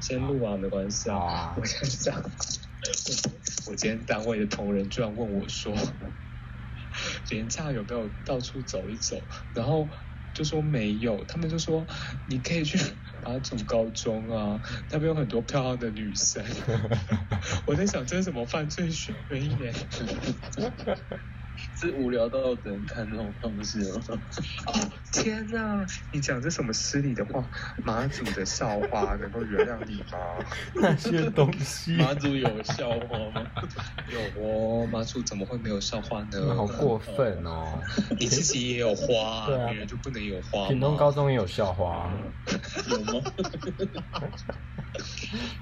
先录啊，没关系啊。啊我想想，我我今天单位的同仁居然问我说， 廉价有没有到处走一走？然后就说没有，他们就说你可以去 马祖高中啊，那边有很多漂亮的女生。 我在想，这是什么犯罪学院耶？ 是无聊到只能看这种东西了。 哦天哪！你讲这什么失礼的话？马祖的校花能够原谅你吗？ 那些东西，马祖有笑话吗？ 有哦，马祖怎么会没有校花呢？好过分哦！你自己也有花，对啊别人就不能有花吗。屏东高中也有校花，啊有吗？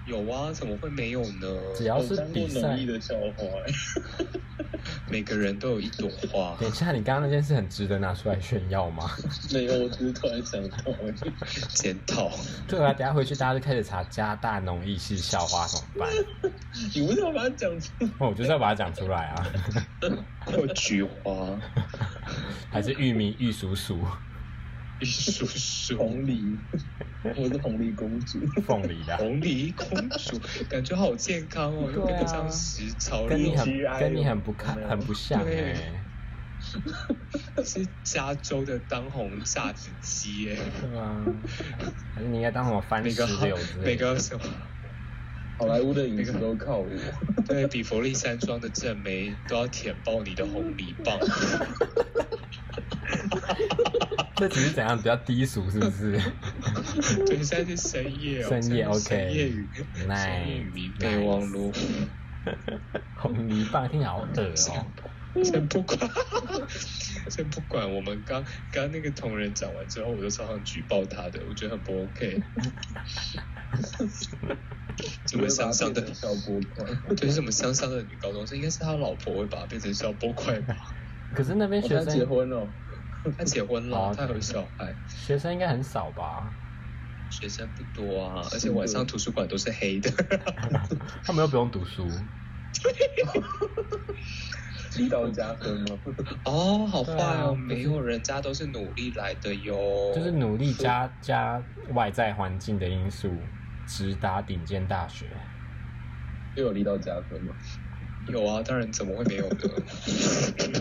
有啊，怎么会没有呢？只要是我当过比赛农。历的笑话、欸，每个人都有一朵花。等一下，你刚刚那件事很值得拿出来炫耀吗？ 没有，我只是突然想到而已。检 讨，对啊，等一下回去大家就开始查加大农艺系校花怎么办？你为什么把它讲出来？哦我就是要把它讲出来啊！ 或菊花，还是玉米玉蜀黍玉叔叔，红梨，我是红梨公主。凤 梨的啊，红梨公主，感觉好健康哦，又变得像食草啊跟人你有很 GI 哦跟你很不看有没有很不像哎、对是加州的当红炸子鸡耶，对啊，还是你应该当什么番每石个榴之类每的？个什么，好莱坞的影子都靠我。对比佛利山庄的正妹都要舔爆你的红梨棒，这只是怎样比较低俗是不是？ 对，现在是深夜哦，深现夜在是 OK，深夜与深夜与迷备忘 nice，录。红泥棒听起来好恶哦、先不管， 先不管。我们刚刚那个同仁讲完之后，我就超想举报他的，我觉得很不 OK。什么香香的，小波块？对，什么香香的女高中生，应该是他老婆会把她变成小波块吧？可是那边我学他结生婚了，她结婚了哦，她有小孩，学生应该很少吧？学生不多啊，而且晚上图书馆都是黑的。他们又不用读书，力道加分吗？哦，好坏哦，对啊没有，人家都是努力来的哟。就是努力加加外在环境的因素，直达顶尖大学。又有力道加分吗？有啊，当然怎么会没有呢？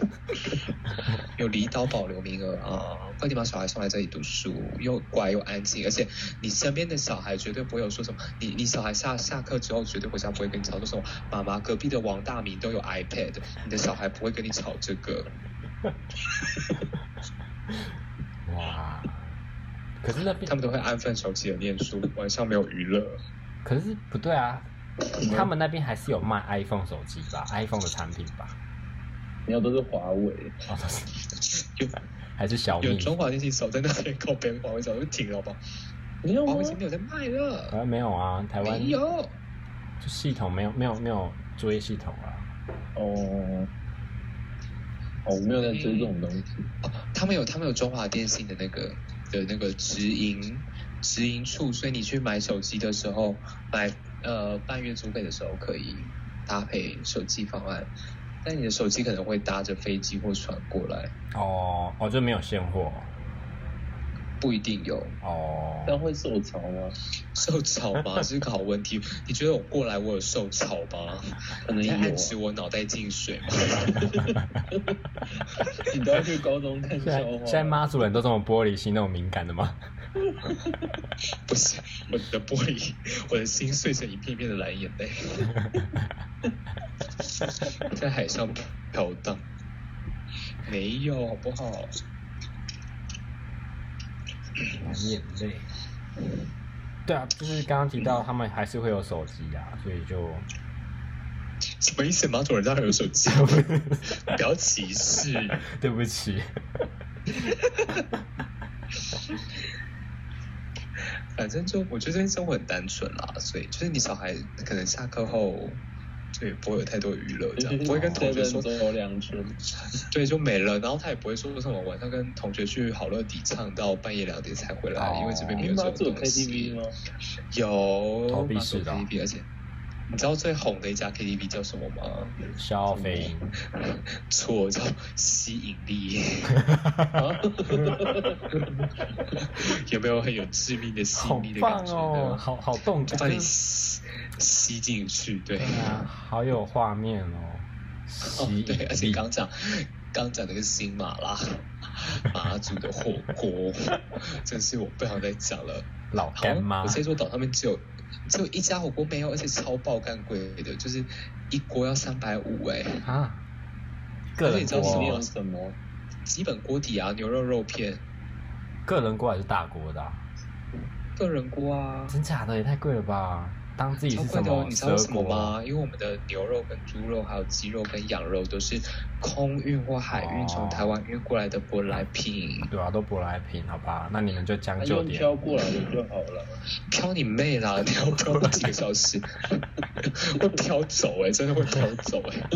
有离岛保留名额啊！快点把小孩送来这里读书，又乖又安静，而且你身边的小孩绝对不会有说什么，你你小孩下下课之后绝对回家不会跟你吵，说什么妈妈隔壁的王大明都有 iPad，你的小孩不会跟你吵这个。哇！可是那边他们都会安分守己的念书，晚上没有娱乐。可是不对啊，他们那边还是有卖 iPhone 手机吧？iPhone 的产品吧？你要都是华为，哦，都是有还是小有米？中华电信手在那边靠边华为早就停了，好不好？你有啊华吗为已？经没有在卖台了，湾没有啊，台湾没有。就系统没有没有没有作业系统啊。哦，哦，我没有在追这种东西。哦，他们有他们有中华电信的那个的那个直营直营处，所以你去买手机的时候，买呃半月租费的时候可以搭配手机方案，但你的手机可能会搭着飞机或船过来，哦哦，就没有现货不一定有哦。但会受潮吗？受潮吗？ 这是个好问题。你觉得我过来我有受潮吗？可能你有在啊。暗指我脑袋进水吗？你都要去高中看现笑在话。现在妈祖人都这么玻璃心、那么敏感的吗？不是，我的玻璃，我的心碎成一片片的蓝眼泪，在海上飘荡。没有，好不好？眼泪。对啊，就是刚刚提到他们还是会有手机啊，所以 就什么意思？马主人家还有手机， 不要歧视。对不起。反正就我觉得这边生活很单纯啦，所以就是你小孩可能下课后就也不会有太多娱乐，这嗯样不会跟同学说周游两圈，对，就没了。然后他也不会说什么晚上跟同学去好乐迪唱到半夜两点才回来，哦因为这边没你有这妈种做东西。 KTV 吗？有投币式的啊 KTV，而且你知道最红的一家 KTV 叫什么吗？消费，错，叫吸引 力。哦有没有很有致命的吸好引力的棒感觉啊哦，呢？好好动就感把，你吸吸进去，对。对啊，好有画面哦，哦吸，对，而引且力，刚讲刚讲那个新马拉马祖的火锅，真是我不想再讲了。老好干妈我，这座岛上面只有只有一家火锅没有，而且超爆干贵的，就是一锅要三百五哎。啊，个而且你人知道里面锅有哦，什么？基本锅底啊，牛肉肉片、个人锅还是大锅的啊、个人锅啊，真假的也太贵了吧？当自己超是贵什的哦。么你知道为蛇什么国吗？因为我们的牛肉跟猪肉还有鸡肉跟羊肉都是空运或海运从哦台湾运过来的舶来品。对啊，都舶来品，好吧？那你们就将他就用哎点。飘过来的就好了。 飘你妹啦！ 你要飘我几个小时， 会飘走哎、真的会飘走哎、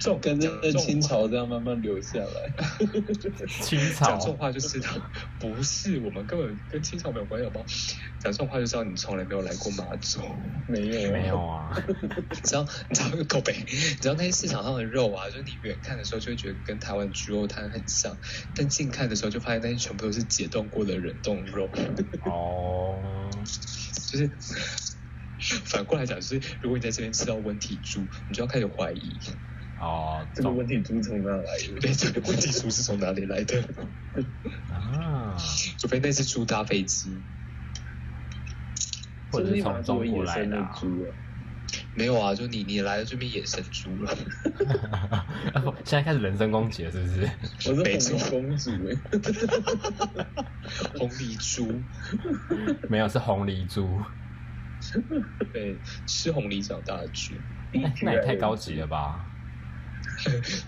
这种跟讲着这种清朝这样慢慢流下来。 清讲朝这种话就知道，不是我们根本跟清朝没有关系，好不好？讲这种话就知道你从来没有来过马祖。 没有，没有。啊，你知道，你知道那个口碑，你知道那些市场上的肉啊，就是你远看的时候就会觉得跟台湾猪肉摊很像，但近看的时候就发现那些全部都是解冻过的冷冻肉。哦，就是反过来讲，就是如果你在这边吃到温体猪，你就要开始怀疑，哦，这个懂问题猪从哪来的？对这个温体猪是从哪里来的？啊，除非那只猪搭飞机，或者是从中国来的、的啊。猪啊，没有啊，就你你来了这边野生猪了，啊不现在开始人身攻击了，是不是？我没是错红公主哎、红狸猪，没有，是红狸猪，对，吃红狸长大的猪，哎 那也太高级了吧？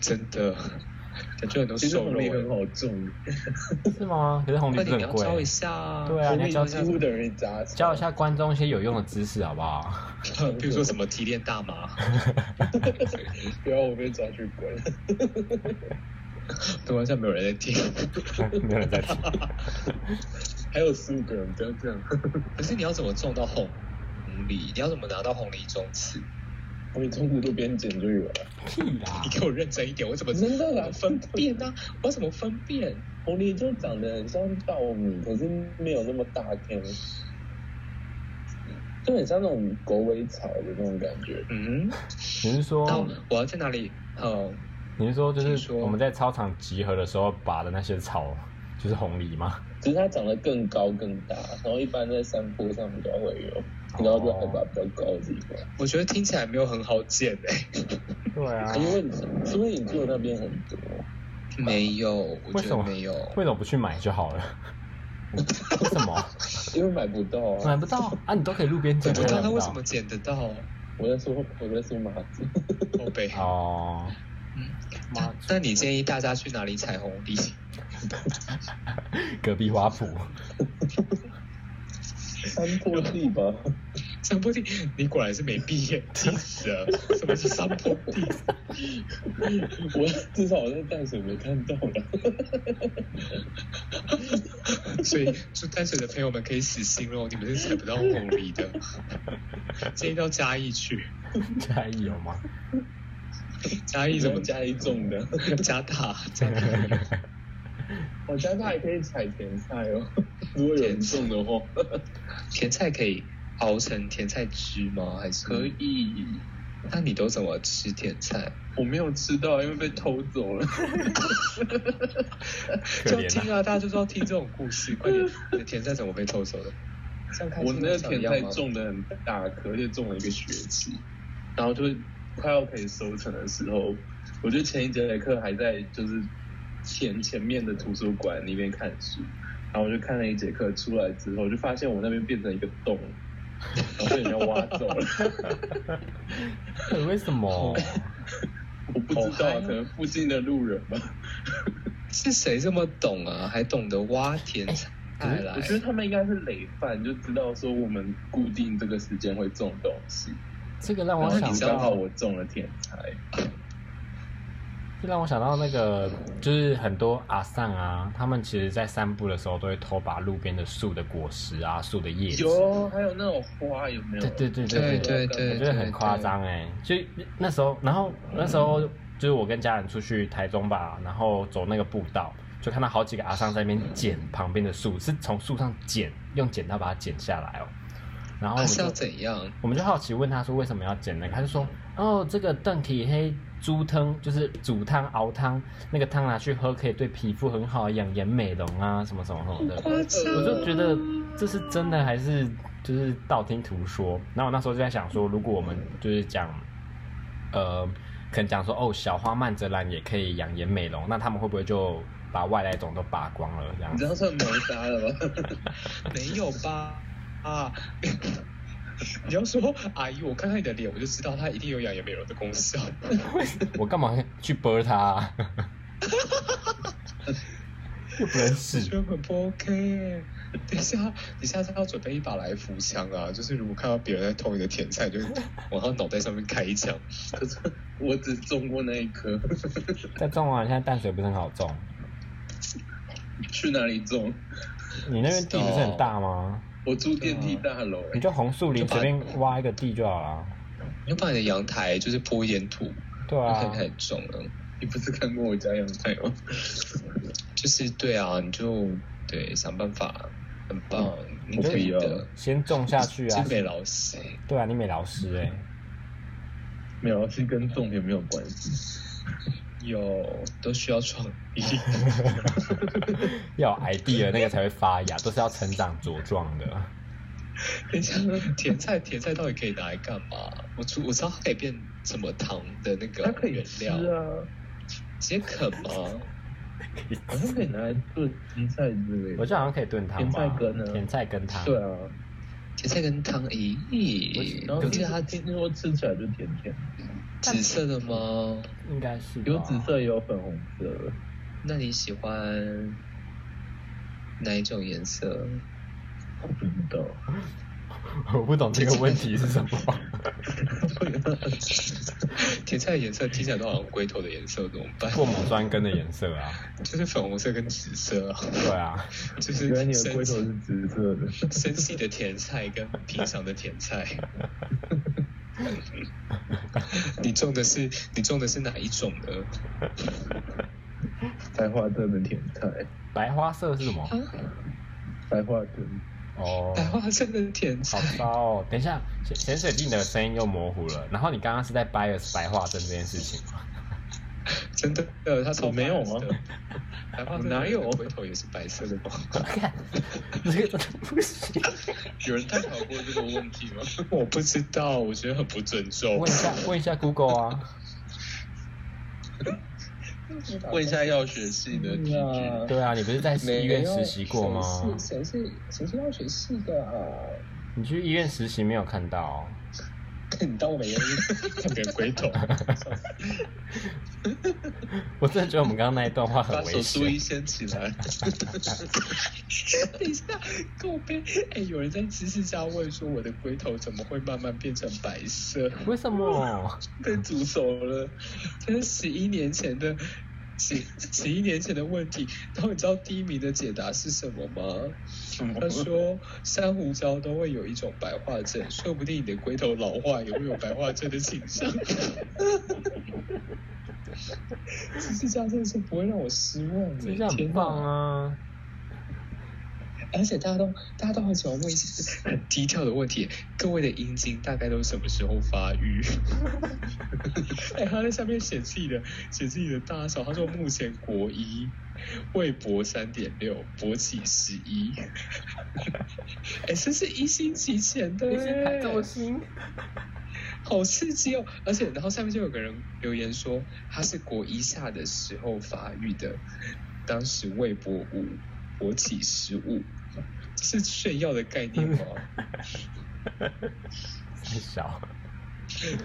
真的感觉很多其实瘦红肉、梨很欸。好种，是吗？可是红快狸猪点，你很要教贵一，下啊！对啊红你要梨教几乎等于杂草。教一下观众一些有用的知识好不好？比如说什么提炼大麻， 不要我被抓去关。对啊，现在没有人在听。没有人在听。 还有十五个人，不要这样。 可是你要怎么种到红梨？你要怎么拿到红梨种子？我从古都边捡就有了。屁啦你！给我认真一点，我怎么真的啦我分辨呢、 我怎么分辨？红梨就长得很像稻米，可是没有那么大根，就很像那种狗尾草的那种感觉。嗯，你是说那我要在哪里？哦，你是说就听是说我们在操场集合的时候拔的那些草就是红梨吗？只是它长得更高更大，然后一般在山坡上比较会有，然后就海拔比较高的地方。我觉得听起来没有很好见哎、对哦啊因为你是不是你住的那边很多？没有，我为觉什得么没有。为什么不去买就好了？为什么因为买不到啊！买不到啊？你都可以路边捡，我不知道买他为什么捡得到我在说我在说麻子，欧贝。哦。那那你建议大家去哪里采红梨？隔壁花圃， 山坡地吧，山坡地，你果然是没毕业，气死了！什么是山坡地？ 我至少我在淡水没看到啦。所以住淡水的朋友们可以死心喽，你们是采不到红梨的。 建议到嘉义去，嘉义 有吗？嘉义怎么家里种的？加大加大？ 我家大也可以采甜菜哦，如果有人种的话，甜菜可以熬成甜菜汁吗？还是？以。那你都怎么吃甜菜？我没有吃到，因为被偷走 了。可就怜听啊！啊，大家就是要听这种故事。快点，你的甜菜怎么被偷走的？像开我心那农个场甜一样菜吗，种的很大颗，而且种了一个学期，然后就是快要可以收成的时候，我就前一节课还在就是前前面的图书馆里面看书，然后我就看了一节课出来之后，就发现我那边变成一个洞，然后被人家挖走了。 哎为什么？我不知好嗨道，哦可能附近的路人吧。是谁这么懂啊？还懂得挖甜菜来我？觉得他们应该是累犯，就知道说我们固定这个时间会种东西。这个让然我后那想你你知刚道好到，我中了天才，就让我想到那个，就是很多阿丧啊，他们其实在散步的时候都会偷拔路边的树的果实啊、树的叶子。有，还有那种花有没有？对对对对对我对，觉得很夸张哎，就那时候，然后那时候就是我跟家人出去台中吧，然后走那个步道，就看到好几个阿桑在那边捡旁边的树，是从树上捡，用剪刀把它剪下来哦。然后我他们是要就怎样？我们就好奇问他说为什么要剪那个，他就说哦，这个邓体黑猪汤就是煮汤熬汤，那个汤拿去喝可以对皮肤很好，养颜美容啊，什么什么什么的。夸张，我就觉得这是真的还是就是道听途说？然后我那时候就在想说，如果我们就是讲，呃，可能讲说哦，小花曼泽兰也可以养颜美容，那他们会不会就把外来种都拔光了这样你这子？样算谋杀了吧？没有吧？啊，你要说阿姨，我看看你的脸，我就知道她一定有养颜美容的功效。我干嘛去剥它、啊？又不认我识觉，得很不 OK 耶。等一下，你下次要准备一把来福枪啊！就是如果看到别人在偷你的甜菜，你就往他脑袋上面开一枪。可是 我只种过那一颗， 在种啊，现在淡水不是很好种，去哪里种？你那边地不是很大吗？我住电梯大楼、你欸，就红树林随便挖一个地就好了。你就把你的阳台就是铺一点土，对就 啊可以，开始种了。你不是看过我家阳台吗？就是对啊，你就对想办法，很棒，你我可以不要的。先种下去啊是。美老师，对啊，你美劳师哎、嗯没有，是跟种田没有关系。有都需要创意。要有 idea 那个才会发芽，都是要成长茁壮的。等一下，甜菜甜菜到底可以拿来干嘛？我出我知道它可以变什么糖的那个它可以原吃料，啊，直接啃吗？好像可以拿来炖芹菜之类我的。觉得好像可以炖汤吧，甜菜根啊甜菜根汤。对啊，甜菜跟汤，咦，然后有这这个个它它听说吃起来就甜甜，紫色的吗？应该是吧有紫色也有粉红色的。那你喜欢哪一种颜色？我不知道，我不懂这个问题是什么。 甜菜的颜色听起来都好像龟头的颜色，怎么办？过锰酸根的颜色啊，就是粉红色跟紫色啊，对啊，就原来是你的生龟头 是紫色的。生系的甜菜跟平常的甜 菜。你种的是你种的是哪一种呢？白花灯的甜菜，白花色是什啊么？白花灯，哦，百花生的甜好菜，糟哦！等一下，潜潜水镜的声音又模糊了。然后你刚刚是在 bias 白化症这件事情吗？ 真的，呃，它超我没有白吗的？白花生哪有龟头也是白色的吗？看，这个不行。 有人探讨过这个问题吗？我不知道，我觉得很不尊重问一。下，问一下 Google 啊。问一下药学系的体质，对啊，你不是在医院实习过吗？谁是谁是药学系的、啊？你去医院实习没有看到 哦、你当我没认识？看别人龟 头，我真的觉得我们刚刚那一段话把很手危险术医。掀起来。 等一下，够悲！哎、有人在知识家问说，我的龟头怎么会慢慢变成白色？为什么？被煮熟了，这是十一年前的十十一年前的问题。然后你知道第一名的解答是什么吗？他说珊瑚礁都会有一种白化症，说不定你的龟头老化也会有白化症的倾向。 知识家真的是不会让我失望的，这样天很哪棒！啊！而且大家都大家都很喜欢问一些很低调的问题，各位的阴茎大概都什么时候发育？ 哎，他在下面写自己的写自己的大小，他说目前国一，魏博三点六，勃起十一。哎，这是一星期前的欸耶，新，好刺激哦！而且然后下面就有个人留言说，他是国一下的时候发育的，当时未博五，勃起十五， 这是炫耀的概念哦吗？太小。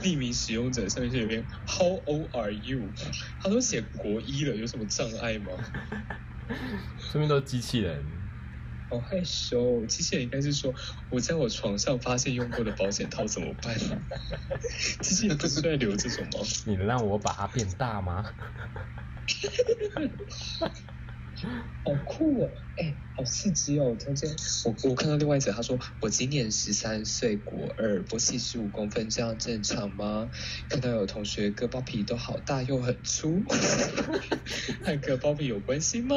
匿名使用者上面就有边 How old are you？他都写国一了，有什么障碍吗？身边都是机器人，好害羞哦。其实也应该是说，我在我床上发现用过的保险套怎么办？ 其实也不是在留这种毛你能让我把它变 大吗？好酷哦！哎、好刺激哦！中间我我看到另外一则，他说我今年十三岁，国二，不七十五公分，这样正常吗？看到有同学割包皮都好大又很粗， 和割包皮有关系吗？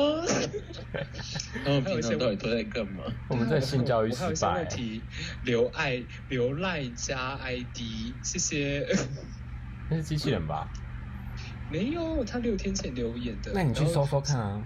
他们平常到底都在干嘛？ 我们在性教育我还有失一些败问。题，刘爱刘赖加 ID，谢谢。 那是机器人吧？没有，他六天前留言的。那你去然后搜搜看啊，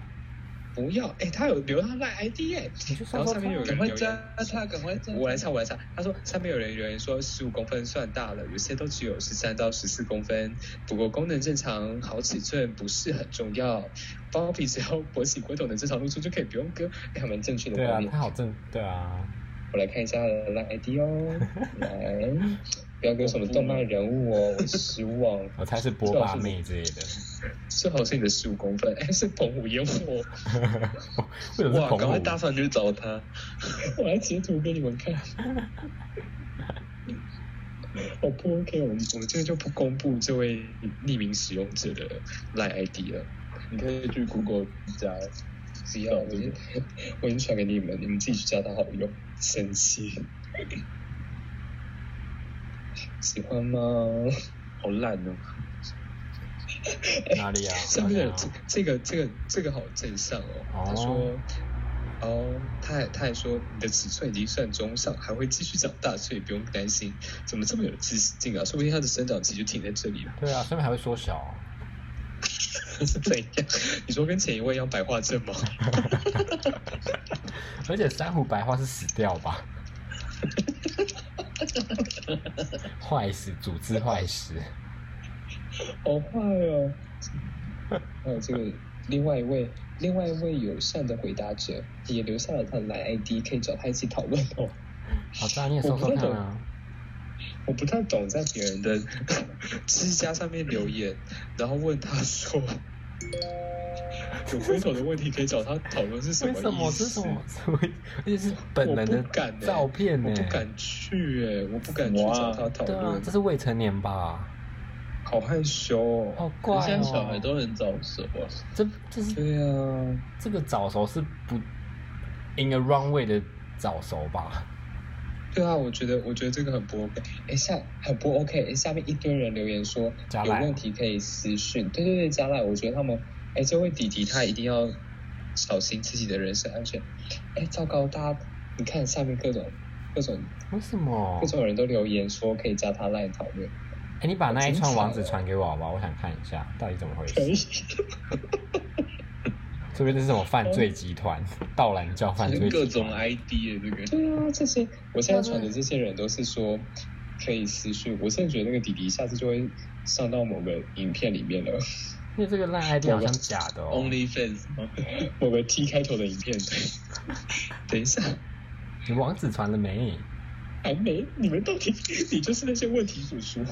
不要，哎、他有留他赖 ID 哎、你去搜然后下搜面有看。人赶快留加言，他，赶快加他。我来唱，我来唱。他说上面有人留言说十五公分算大了，有些都只有十三到十四公分，不过功能正常，好尺寸不是很重要。包皮只要勃起规头能正常露出就可以不用割，哎还蛮正确的对啊观，念。他好正，对啊，我来看一下他的 ID 哦，来，不要给我什么动漫人物哦，我失望。我猜是波霸妹之类的。 最好是你的十五公分，哎，是澎湖烟火，为什么哇，是赶澎快湖？搭上去找他。 我来截图给你们 看。我哦不 OK，我们我们这个就不公布这位匿名使用者的赖 ID 了。你可以去 Google 加，不要，我已经 我已经传给你们，你们自己去加他好友，生气。 喜欢吗？好烂哦。哪里啊？上面的好像啊这这个这个这个好正向哦。他说哦，哦，他还他还说你的尺寸已经算中上，还会继续长大，所以不用担心。怎么这么有自信啊？说不定他的生长期就停在这里了， 对啊，上面还会缩小哦。是怎样？你说跟前一位一样白化症吗？而且珊瑚白化是死掉吧？坏死，组织坏死。 好坏哦。 还有这个另外一位，另外一位友善的回答者也留下了他的来 ID，可以找他一起讨论哦。好，那你也搜搜看啊。我不太懂在别人的 支架上面留言，然后问他说有龟头的问题可以找他讨论是什为么意思？什么？这是什么？什么？而且是本人我的不敢欸照片呢、我不敢去哎、我不敢去哇找他讨对啊论，，这是未成年吧？好害羞好哦。怪现在小孩哦。都很早熟啊。这这是对啊，这个早熟是不 in a wrong way 的早熟吧？对啊，我觉得我觉得这个很不 OK，哎下很不 OK，诶下面一堆人留言说加有赖问题可以私讯，对对对，加赖，我觉得他们，哎这位弟弟他一定要小心自己的人身安全，哎糟糕，大家你看下面各种各种为什么各？种人都留言说可以加他赖讨 论，哎、你把那一串网址传给我好吧？我想看一下到底怎么回事。说不定这是什么犯罪集团，盗懒教犯罪集团。各种 ID 的这个，对啊，这些我现在传的这些人都是说可以私讯，我现在觉得那个弟弟下次就会上到某个影片里面了， 因为这个烂 ID 好像假的哦。 OnlyFans 吗？某个 T 开头的影片。对，等一下，你网址传了 没？还没，你们到底你就是那些问题主厨，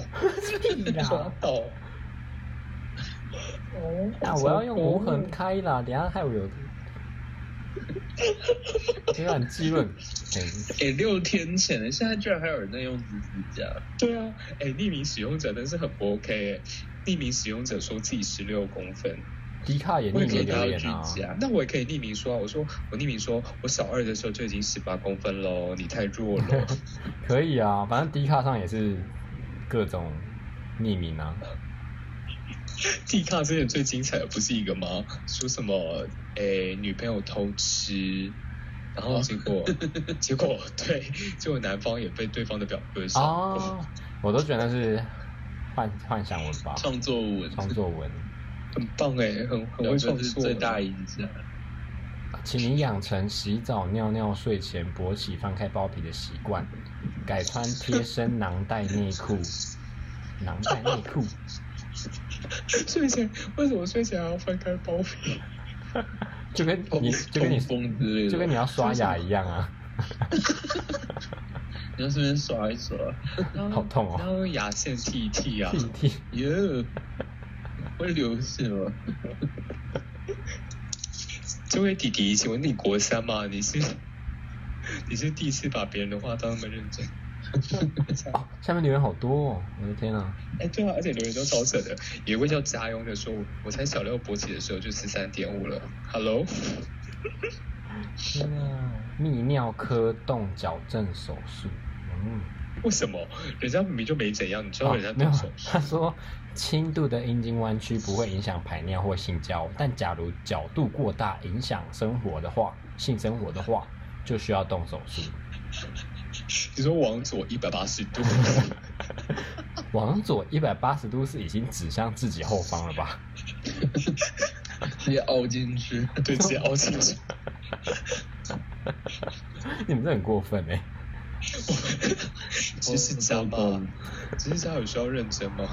屁抓啦！到。哦，啊，好我要用无痕糟开啦，等一下害我 有。有点激论，哎哎、六天前的，现在居然还有人在用指指甲，糕。对啊，哎，匿名使用者但是很不 OK 哎，匿名使用者说自己十六公分，迪卡也我也匿可以名打留到言巨啊，家，那我也可以匿名说啊，我说我匿名说，我小二的时候就已经十八公分喽，你太弱了。可以啊，反正迪卡上也是各种匿名 啊， T 卡之前最精彩的不是一个吗？说什么诶、女朋友偷吃，然哦后结 果、结果对，结果男方也被对方的表哥杀。哦，我都觉得是幻幻想文吧，创作文，创作文，很棒哎、很很会创这是作。最大赢家。请你养成洗澡、尿尿、睡前勃起、放开包皮的习惯，改穿贴身囊袋内裤，囊袋内裤。睡前为什么睡前还要翻开包皮？就跟哦你就跟你痛风之类的，就跟你要刷牙一样啊，你要顺便刷一刷。好痛哦然后牙线剃一剃啊 剃。一剃。耶、会流血吗？ 这位弟弟，请问你国三吗？你是你是第一次把别人的话当那么认真。哦，下面留言好多哦，我的天啊！哎，对啊，而且留言都超扯的。有一位叫家庸的说，我才小六勃起的时候就十三点五了。Hello，天啊，泌尿科动矫正手术，嗯，为什么人家明明就没怎样，你知道哦人家没有 动手，术？他说轻度的阴茎弯曲不会影响排尿或性交，但假如角度过大影响生活的话，性生活的话，就需要动手术。你说往左一百八十 度，往左一百八十度是已经指向自己后方了吧？ 直接凹进去。对，直接凹进去。你们这很过分哎、只是渣吧，只是渣有需要认真吗？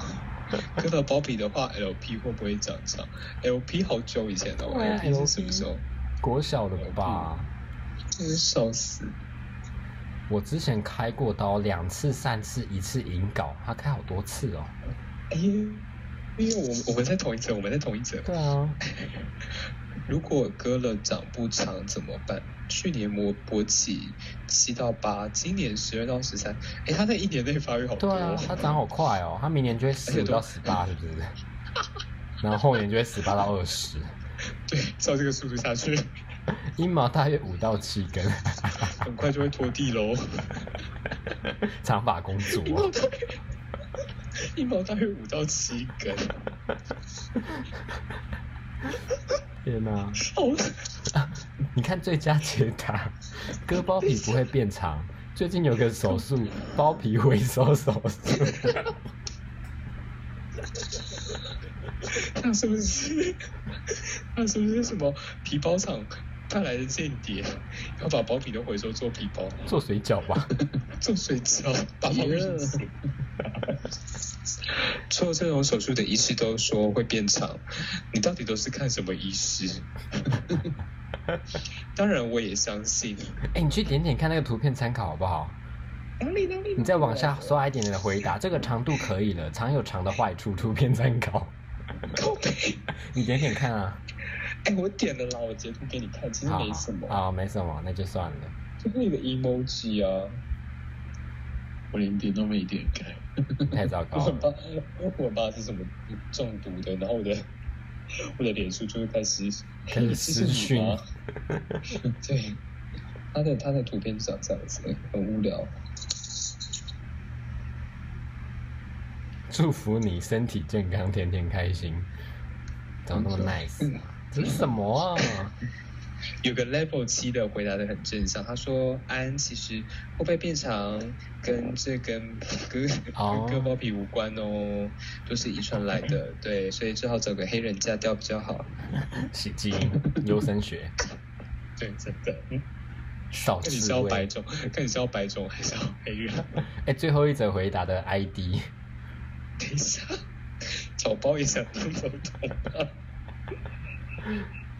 割了包皮的话，LP 会不会长长？LP 啊好久以前哦对啊，LP 是什么时候？国小的吧？真是笑死！我之前开过刀两次、三次，一次引睾，他开好多次哦。哎呀，因为我我们在同一层，我们在同一层。对啊，如果割了长不长怎么办？去年磨勃起七到八，今年十二到十三。哎，他在一年内发育好多对啊哦。，他长好快哦，他明年就会十五到十八，是不是？然后后年就会十八到二十，对，照这个速度下去， 阴毛大约五到七根，很快就会拖地喽。长发公主一毛哦，大约， 一毛大约五到七根，天哪、好你看最佳解答，割包皮不会变长。最近有个手术，包皮回收手术，那是不是？那是不是什么皮包厂派来的间谍，要把包皮都回收做皮包，做水饺吧。做水饺，把包 皮弄死？做这种手术的医师都说会变长，你到底都是看什么医师？ 当然，我也相信。 哎、你去点点看那个图片参考好不好？哪里哪里？你再往下刷一点点的回答，这个长度可以了，长有长的坏处，图片参考。 靠背。你点点看啊。哎、我点了啦，我截图给你看，其实好没什么。好，没什么，那就算了。 就是一个 emoji 啊，我连点都没点开。太糟糕我很怕了。，我很怕是什么中毒的，然后我的 我的脸书就会开始 开始私讯你吗 对，他的他的图片长这样子，很无聊。祝福你身体健康，天天开心。怎么那么 nice？啊这是什么啊？有个 level 七的回答的很正向，他说安其实会不会变长跟这跟 跟哦跟割包皮无关哦，都是遗传来 的，对，所以只好找个黑人嫁掉比较好。喜基因、优生学、对，真的。少看你智是要白慧。种，看你是要白种还是要黑人？哎、最后一则回答的 ID，等一下，草包也想当总统吗？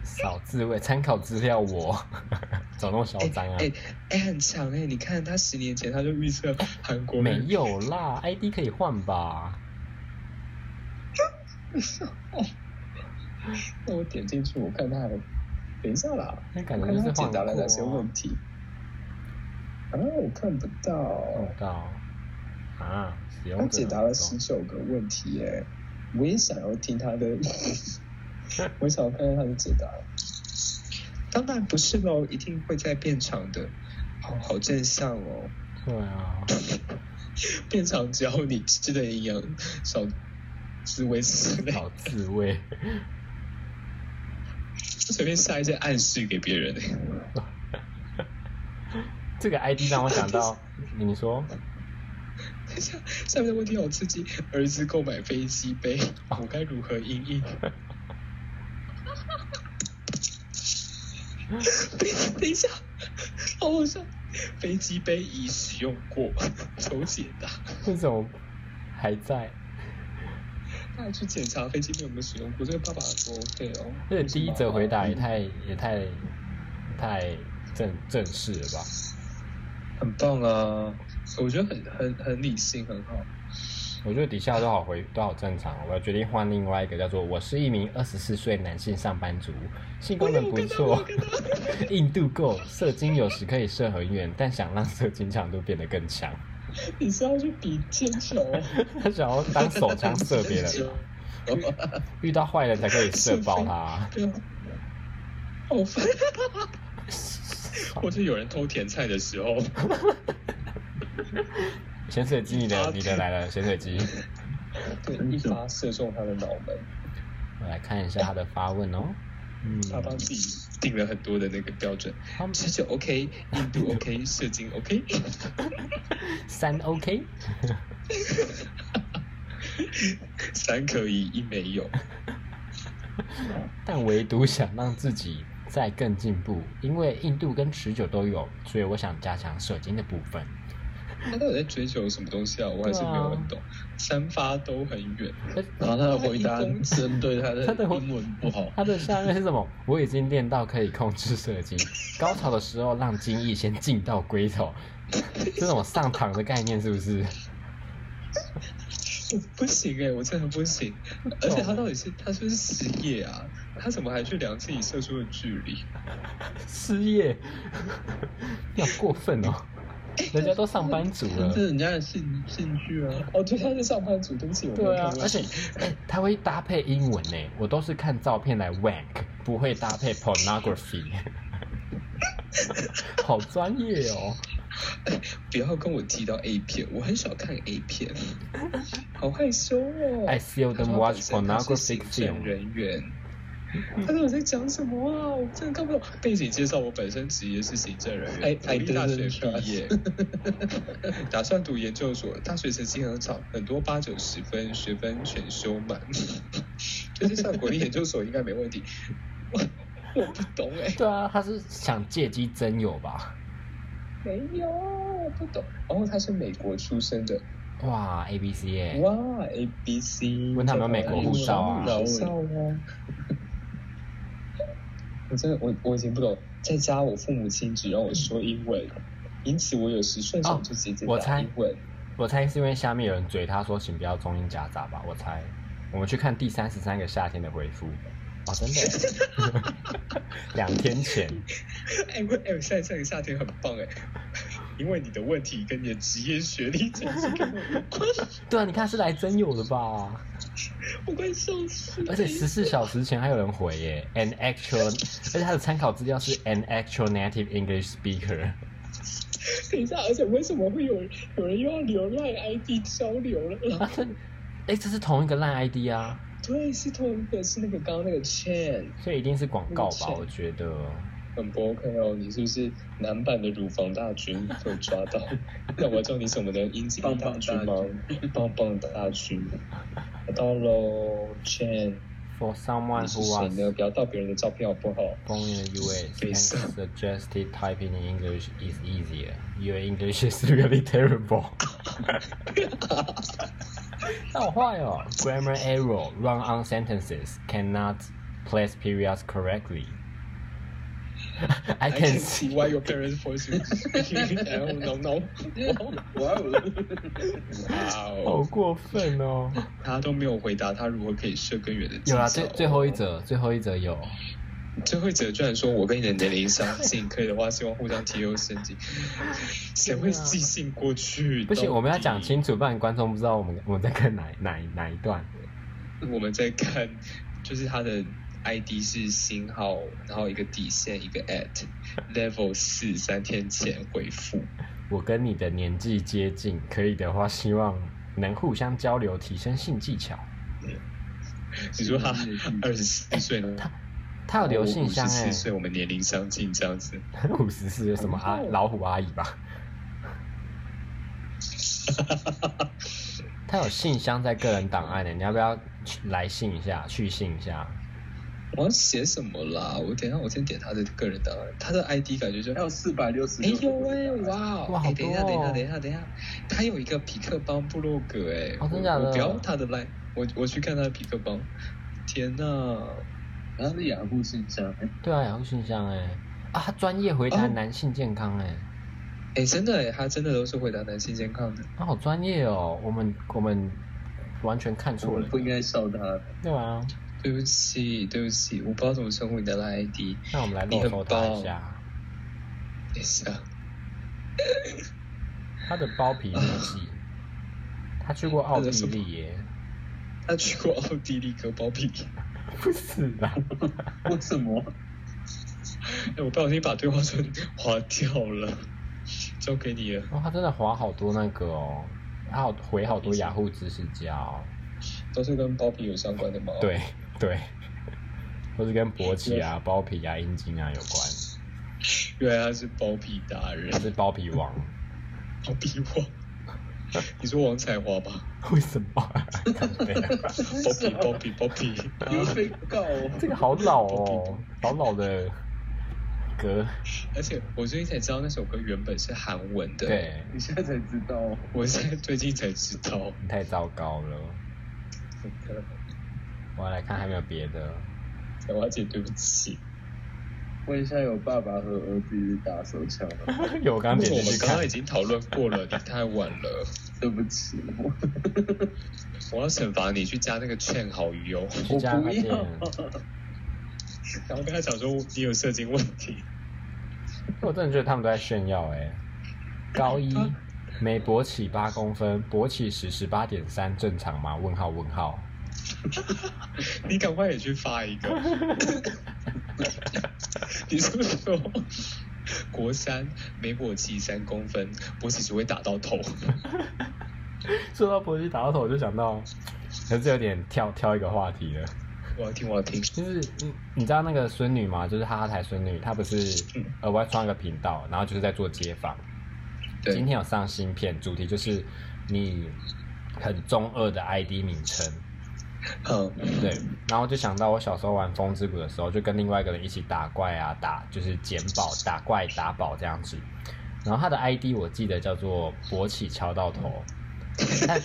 少智慧参考资料我， 怎么那么嚣张啊？哎、哎很强哎、你看他十年前他就预测韩国没人有啦，ID 可以换吧？那我点进去，我看他还等一下啦，哎那我感觉看就他是解换答了过哪些问题。啊，我看不到，到啊，使用他者解答了十九个问题耶、我也想要听他的， 我想要看看他的解答。当然不是喽，一定会在变长的，好好正向哦。对啊，变长只要你吃的营养少，只维持类，少自慰，随便下一些暗示给别人、 欸。 这个 ID 让我想到，你说等一下下面的问题好刺激，儿子购买飞机杯，我该如何应应？ 等一下，好好笑。飞机杯已使用过，求解答。为什么还在？他还去检查飞机杯有没有使用过，这个爸爸不 OK 哦。而且第一则回答也太也太太正正式了吧？很棒啊，我觉得很很很理性，很好。我觉得底下都好回都好正常。我决定换另外一个叫做“我是一名二十四岁男性上班族，性功能不错，硬度够，射精有时可以射很远，但想让射精强度变得更强。你是要去比铅球？他想要当手枪射别 人，遇到坏人才可以射爆他、对啊，好烦！或者有人偷甜菜的时候，潜水机，你的你的来了，潜水机，对，一发射中他的脑门，我来看一下他的发问哦。嗯，他帮自己定了很多的那个标准，他们持久 OK，硬度 OK，射精 OK，三 OK，三可以，一没有。但唯独想让自己再更进步，因为硬度跟持久都有，所以我想加强射精的部分。他到底在追求什么东西啊？我还是没有很懂。三发都很远，然后他的回答针对他的他的回英文不好，他的下面是什么？我已经练到可以控制射精，高潮的时候让精液先进到龟头，这种上膛的概念是不是？我不行哎、我真的不 行。而且他到底是他是不是失业啊？他怎么还去量自己射出的距离？失业，你好过分哦！人家都上班族了这。是人家的兴兴趣啊。哦，对，他是上班族，对不起，我没有对啊看，过而且、哎他会搭配英文呢，我都是看照片来 wank，不会搭配 pornography，好专业哦。不要跟我提到 A 片，我很少看 A 片， 好害羞哦。 I seldom 他说 watch 他本身他是 pornographic 行政 film 人员。他到底在讲什么啊？我真的看不懂。背景介绍：我本身职业是行政人员， I- I 国立大学 didn't 毕业， 打算读研究所。大学成绩很好，很多八九十分，学分全修满。 就是上国立研究所应该没问题。 我我不懂哎、对啊，他是想借机真友吧？没有，我不懂。然后他是美国出生的，哇，A B C 耶、哇，A B C，问他有没有美国护照啊护照啊！ 我真的，我我已经不懂。在家，我父母亲只让我说英文，因此我有时顺手就直接哦我打猜英文。我猜是因为下面有人嘴他说请不要中英夹杂吧？我猜，我们去看第三十三个夏天的回复。哦，真的耶， 两天 前， 哎、我哎、我上一上个夏天很棒哎、因为你的问题跟你的职业学历成绩跟我无关，对啊，你看是来真友的吧？我快笑死了。 而且十四小时前还有人回耶，an actual，而且他的参考资料是 an actual native English speaker， 等一下，而且为什么会有有人又要留赖 ID 交流了？啊这，哎，这是同一个烂 ID 啊，对，是同一个，是那个刚刚那个 Chan。所以一定嗯是广告吧那？个是我觉得，很不 OK 哦，你是不是男版的乳房大军被抓到？ 那我叫你什么呢？英吉利大军吗？棒 棒大军，到喽，Chan， For someone 你是 who 谁呢？ was 不要盗别人的照片好不好？ born in the US 没 and 事 suggested typing in English is easier, your English is really terrible 。好坏哦，grammar error, run on sentences, cannot place periods correctly. I can see. why your parents force you. no no no. 哇哦，哇好哦，过分哦！他都没有回答他如何可以射更远的技 有巧。啦，最最后一则，最后一则有，最后一则居然说：“我跟你的年龄相近，可以的话，希望互相提优升 级。”谁会寄信过去？不行，到我们要底讲清楚，不然观众不知道我们我们在看哪哪哪一段。我们在看，就是他的 ID 是星号，然后一个底线，一个 at level 四，三天前回复。我跟你的年纪接近，可以的话，希望能互相交流，提升性技巧。你说他二十四岁呢？他有留信箱哦哎、四岁，我哦们年龄相近这样子。五十四什么阿老虎阿姨 吧？他有信箱在个人档案呢、欸你要不要去来信一下，去信一下？我要写什么啦？我等一下，我先点他的个人档案，他的 ID 感觉就还有四百六十哎六。呦喂，哇！哇哎好等一下，多等一下，哦等一下，等一下，他有一个匹克邦部落格哎、哦我真假的我不要他的 line，我我去看他的匹克邦。天呐，然后是雅虎信箱，对啊，然后信箱哎、啊，他专业回答哦男性健康哎、哎，真的哎，他真的都是回答男性健康的。他好专业哦！我们我们完全看我错们人。不应该笑他。对啊，对不起，对不起，我不知道怎么称呼你的 ID。那我们来你露很头他一棒下，等一下，他的包皮日记，他去过奥地那是什么利耶，他去过奥地利割包皮， 不是啦，为什么？哎，我不小心把对话 框划掉了，交给你了。哦，他真的划好多那个哦，他好回好多雅虎知识家哦，都是跟包皮有相关的吗？，对对，都是跟勃起啊、包皮啊、阴茎啊有关，原来他是包皮达人他，是包皮王，包皮王。你说王彩华吧？为什么啊？对啊包皮，包皮，包皮。 你们被告哦。 这个好老哦，好老的歌，而且我最近才知道那首歌原本是韩文的，，对，你现在才知道哦，我在最近才知道。你太糟糕了。我要来看还有没有别的，彩华姐，对不起，问一下有爸爸和儿子一直打手枪吗？ 有我刚但刚是我点进们去刚看刚已，经讨论过了，你太晚了。对不起，我我要惩罚你去加那个劝好 友，去加不他要店。然后跟他讲说你有射精问题。我真的觉得他们都在炫耀哎、高一啊每勃起八公分，勃起时十八点三，正常吗？问号问号。你赶快也去发 一个。你是不是说国三每勃起三公分，勃起只会打到头？说到勃起打到头，我就想到，可是有点跳跳一个话题了。我要听，我要听。就是你你知道那个孙女吗？就是哈哈台孙女，她不是嗯额外创一个频道，然后就是在做街访。对今天有上新片，主题就是你很中二的 ID 名称。嗯，对，然后就想到我小时候玩《风之谷》的时候，就跟另外一个人一起打怪啊，打就是捡宝、打怪、打宝这样子。然后他的 ID 我记得叫做勃起敲到头。 但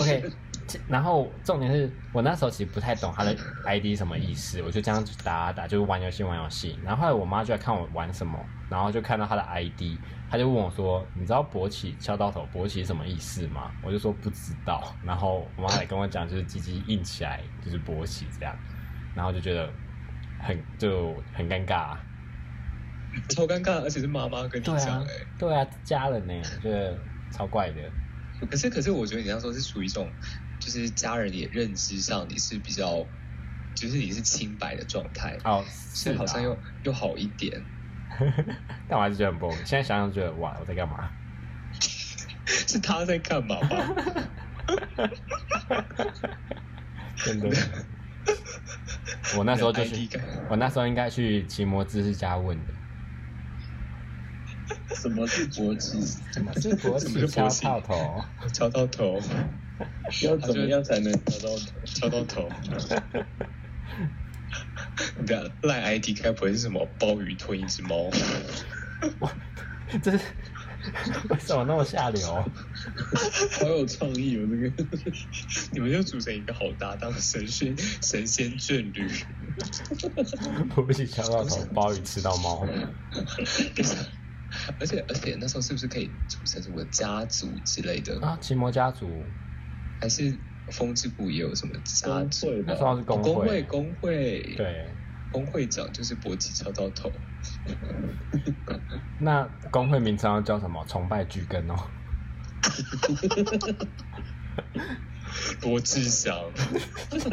OK，这然后重点是我那时候其实不太懂他的 ID 什么意思，我就这样子打啊打，就是玩游戏玩游戏。然后后来我妈就来看我玩什么，然后就看到他的 ID，她就问我说：“你知道勃起敲到头勃起什么意思吗？”我就说不知道。然后我妈来跟我讲，就是鸡鸡硬起来就是勃起这样，然后就觉得很就很尴尬、啊超尴尬，而且是妈妈跟你对讲啊哎、，对啊，家人呢、我觉得超怪的。可是可是我觉得你那时候是属于一种，就是家人也认知上你是比较，就是你是清白的状态，哦，所是以好像啊又又好一点。 但我还是觉得很崩。现在想想觉得哇，我在干 嘛？是他在干嘛吧？真的。我 那时候就你的 ID 是干，我那时候应该去奇摩知识家问的，什么是国际？怎么是国什么是旗国敲旗到头？敲到头，要怎么样才能找到头？敲到头。 你的赖 ID 该不会是什么鲍鱼吞一只猫？ 这是为什么那么下流？ 好有创意哦，这个。 你们就组成一个好搭档，神仙神仙眷侣。国旗敲到头，鲍鱼吃到猫。 而且而且那时候是不是可以组成什么家族之类的？啊，奇摩家族还是风之谷也有什么家工族？会那时候吧，是哦工工会会，工会，，对。工会长就是搏击敲到 头。那工会名称要叫什么？崇拜巨根哦。罗志祥，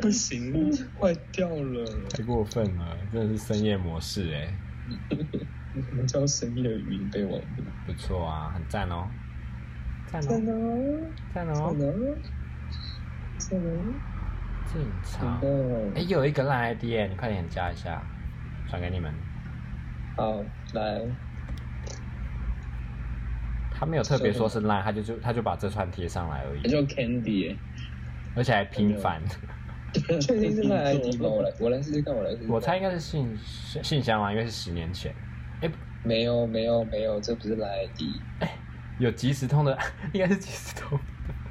不行，坏掉了，太过分了，真的是深夜模式哎、我们叫深夜语音备忘录。不错啊，很赞哦，赞可哦，能，赞可哦，能，可能，正常。哦哎、，有一个烂 ID 哎，你快点加一下，传给你们。好，来，他没有特别说是烂，他就就他就把这串贴上来而他已，叫 Candy，耶而且还频繁。 确定是赖 ID 吗？我来，我来试试看，我来试试看。 我猜应该是信信箱啊，因为是十年前。没有，没有，没有，这不是赖 ID。有即时通的， 应该是即时通。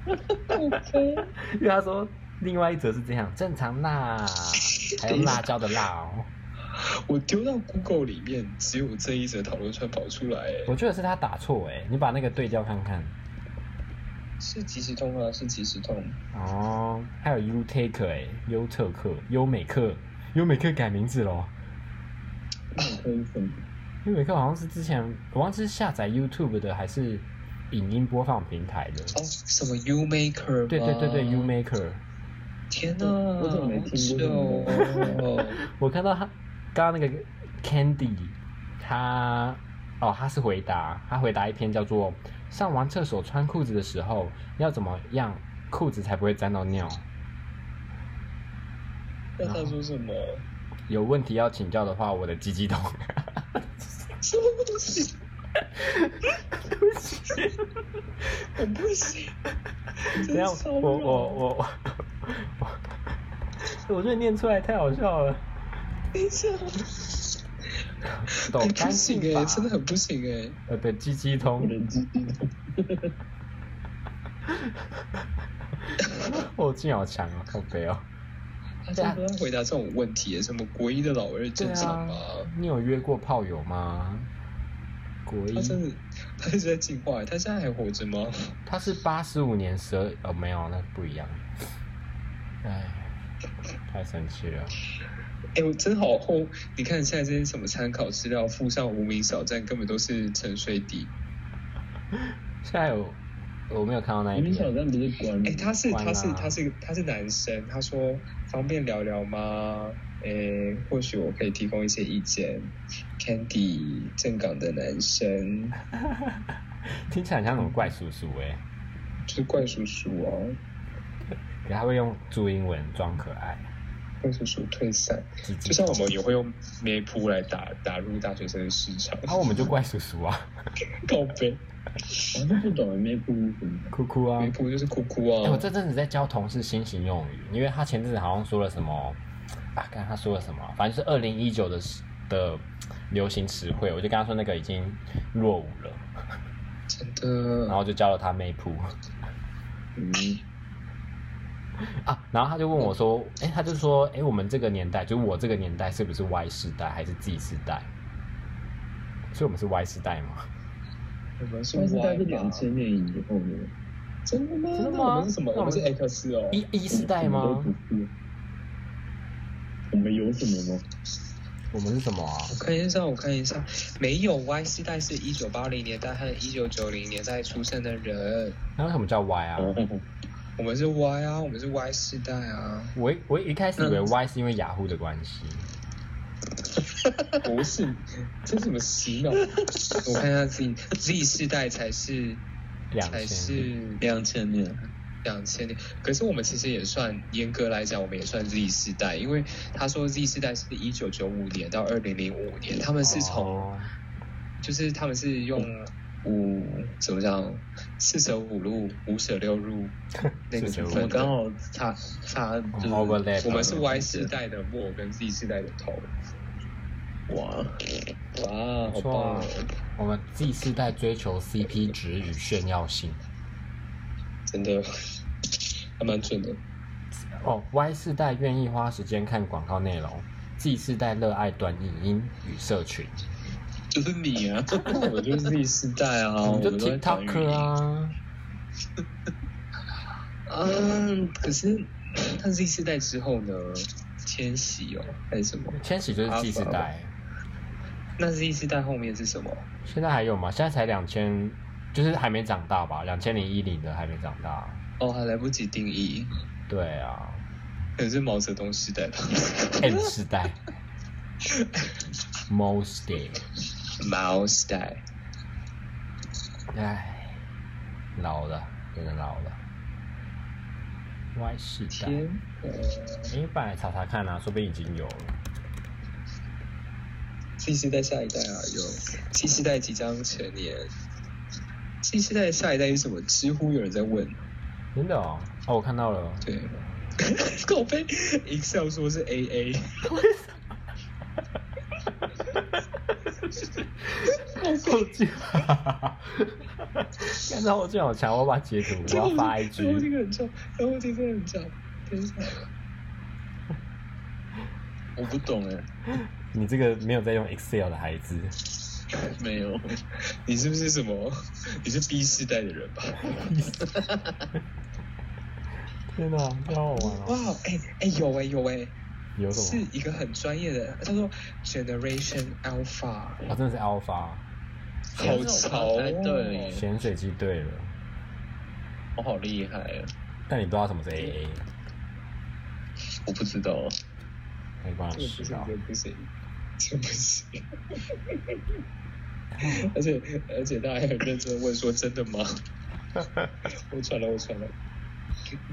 因为他说另外一则是这样，正常辣，还有辣椒的辣哦。 我丢到 Google 里面，只有这一则讨论串跑出来、欸。我觉得是他打错哎、你把那个对调看看。是即时通啊，是即时 通。哦，还有 U Take 哎、优特克、优美克、优美克改名字喽。哦可以粉优美克好像是之前我忘记是下载 YouTube 的还是影音播放平台的。哦，什么 U Maker 吗对对对对，U 哦 Maker，天哪，我怎么没听过好久哦 我看到他刚刚那个 Candy，他哦他是回答，他回答一篇叫做“上完厕所穿裤子的时候要怎么样裤子才不会沾到尿那他说什么？”，有问题要请教的话，我的鸡鸡痛。 什么东西？我不行，等一真下骚我我我我，我 我，我觉得念出来太好笑了。等一下，抖哎干不净行吧哎，真的很不行哎。呃的鸡鸡通，人机地图， 哦，劲好强哦，好肥哦。他现在都在回答这种问题，什么国一的老二对正常啊吗？，你有约过炮友吗？国他真一，的，他一直在进化，欸他现在还活着吗？ 他是八十五年十二，哦，没有，那不一样。哎，太生气了。哎，我真好后，你看现在这些什么参考资料附上无名小站，根本都是沉睡底。现在有，我没有看到那一你们小篇。站不是关哎，他是关他是啦他是他是男生，他说方便聊聊吗？哎，或许我可以提供一些意见。Candy，正港的男生，听起来很像那种怪叔叔哎、就是怪叔叔哦，可他会用注英文装可爱。怪叔叔退散。鸡鸡就像我们也会用咩铺来打打入大学生的市场，然后、我们就怪叔叔啊，告白我都不懂咩不什么哭哭啊咩。铺就是哭哭哎、我啊，这阵子在教同事新型用语，因为他前阵子好像说了什么，啊，看他说了什么，反正是二零一九的时的流行词汇，我就跟他说那个已经落伍了，真然的，后就教了他妹铺嗯， 啊，然后他就问我说，哎、他就说，哎、我们这个年代，就我这个年代是不是 Y 世代还是 Z 世代？所以我们是 Y 世代吗？我们是但是它 Y 啊是两吧？千年以后的，真的吗？真的吗那我们是什么？那我我们们是嗯 X 哦，一一世代我吗们？都不是。我们有什么吗？我们是什么啊？我看一下，我看一下，没有 Y 世代是一九八零年代和一九九零年代出生的人，那为什么叫 Y 嗯啊？我们是 Y 啊，我们是 Y 世代啊，我一我一开始以嗯为 Y 是因为雅虎的关系，不是，这是什么洗脑？ 我看一下 Z Z 世代才是两才千是两千年，两千年，可是我们其实也算严格来讲，我们也算 Z 世代，因为他说 Z 世代是一九九五年到二零零五年，他们是从、哦就是他们是用五怎么讲四舍五入五舍六 入那个四舍部五入我们分的刚好差差就是 Overlap 我们是 Y 世代的末跟 Z 世代的头，哇，哇，不好错棒啊哦！我们 Z 世代追求 CP 值与炫耀性，真的还蛮准的。哦，Y 世代愿意花时间看广告内容，Z 世代热爱短影音与社群，就是你啊！那 我就是 Z 世代啊，我我们就们都在讲 TikTok 啊，嗯，可是那 Z 世代之后呢？千禧哦，还是什么？千禧就是 Z 世代，那 Z 世代后面是什么？现在还有吗？现在才两千，就是还没长大吧？两千零一零的还没长大，哦，还来不及定义，对啊可能是毛泽东时代吧。 ，M 世代 ，Most Day，毛时代，唉，老了，真的老了，Y 世代。天，呃你本来查查看啊，说不定已经有了。新时代下一代啊，有新时代即将成年。新时代的下一代是什么？知乎有人在问，真的哦，哦，我看到了，对， 狗被 Excel 说是 AA，后 劲，看到后劲好强，我要把它截图，我要发 然后这 IG。个很重，然后这个很重，等一下。我不懂哎，你这个没有在用 Excel 的孩子， 没 有，你是不是什么？ 你是 B 世代的人吧？天哪，太好玩哇了！，哎哎有哎有哎，哦有什是么？一个很专业的，叫做 Generation Alpha，啊，真的是 Alpha 好潮哎哦！对咸水鸡对了，我好厉害啊！但你不知道什么是 AA，我不知道，没关这个不系行这。个不行，这啊，个不行。 而且而且他还很认真地问说：“真的吗？”我传了，我传了。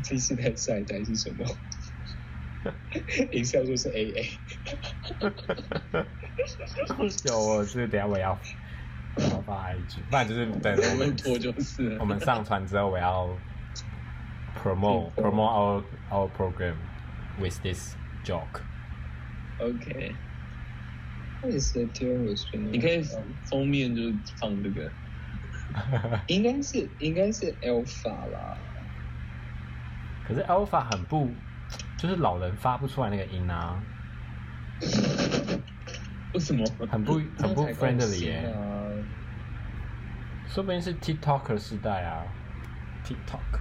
第四代下一代是什么？一笑就是 A A，有，我是等一下我要我要发 IG，不然就是等我我们们我就是了我们上传之后，我要 promote promote our our program with this joke。 OK，我也是 t e r r i s 你可以封面就是放这个，应该是应该是 Alpha 啦。可是 Alpha 很不，就是老人发不出来那个音啊，为什么？很不很不嗯那才高 friendly 兴耶、啊！说不定是 TikToker 时代啊，TikTok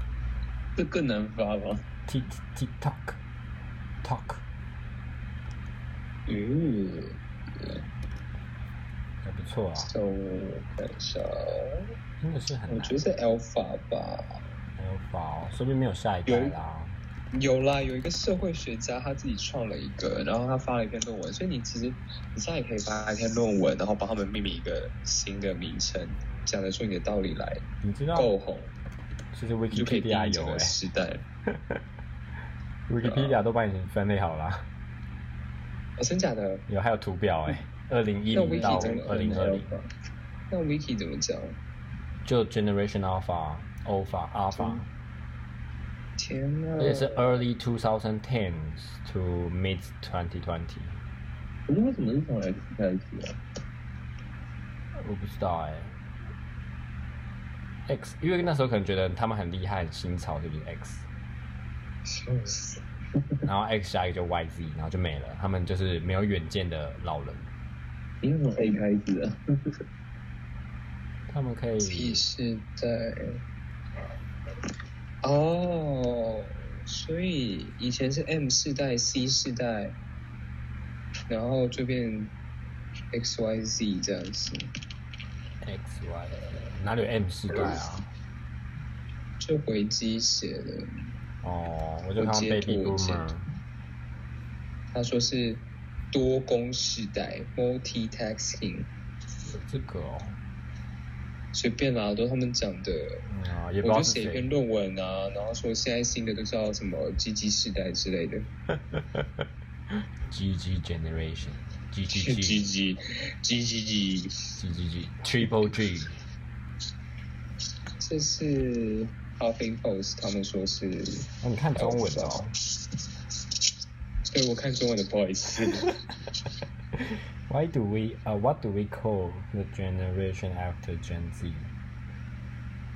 这更难发吧？ T TikTok Talk，嗯，还不错啊，就等一下，真的是很我难觉得是 Alpha 吧。 Alpha，哦说不定没有下一代啦。有啦，有一个社会学家他自己创了一个，然后他发了一篇论文，所以你其实你现在也可以发一篇论文，然后帮他们命名一个新的名称，讲得出你的道理来，你知道，够红，其实你就可以定 Wikipedia 义有整哎、个时代。 w i k i p e d i a 都帮你分类好啦，哦，真假的？ 有还有图表哎、2二零一那零到 Wiki 怎么二零二零，那 Wiki 怎么讲？就 Generation Alpha Alpha 嗯 Alpha，、天哪！而且是 Early 2010s to Mid 2020，可是为什么是从 X 开始啊？我不知道哎、X，因为那时候可能觉得他们很厉害、很新潮，是不是 X？笑死！然后 X 下一个就 YZ，然后就没了。他们就是没有远见的老人，你为什么 A 开始啊？他们可以 P 是在哦，所以以前是 M 世代、C 世代，然后就变 X Y Z 这样子， X Y，哪里有 M 世代啊？就回击写的。哦，我就我看到截 Baby 图我截 Boomer 图。他说是多工世代 （multitasking），这个哦，随便啦、都他们讲的。嗯啊，也不知我道就是写一篇谁。论文啊，然后说现在新的都叫什么“积极世代”之类的。 G G Generation。G G GG G G G G G， G G G Triple G，这是 Huffing Post 他们说是，哦，你看中文的哦，对我看中文的不好意 思。 Why do we, uh, what do we call the generation after Gen Z?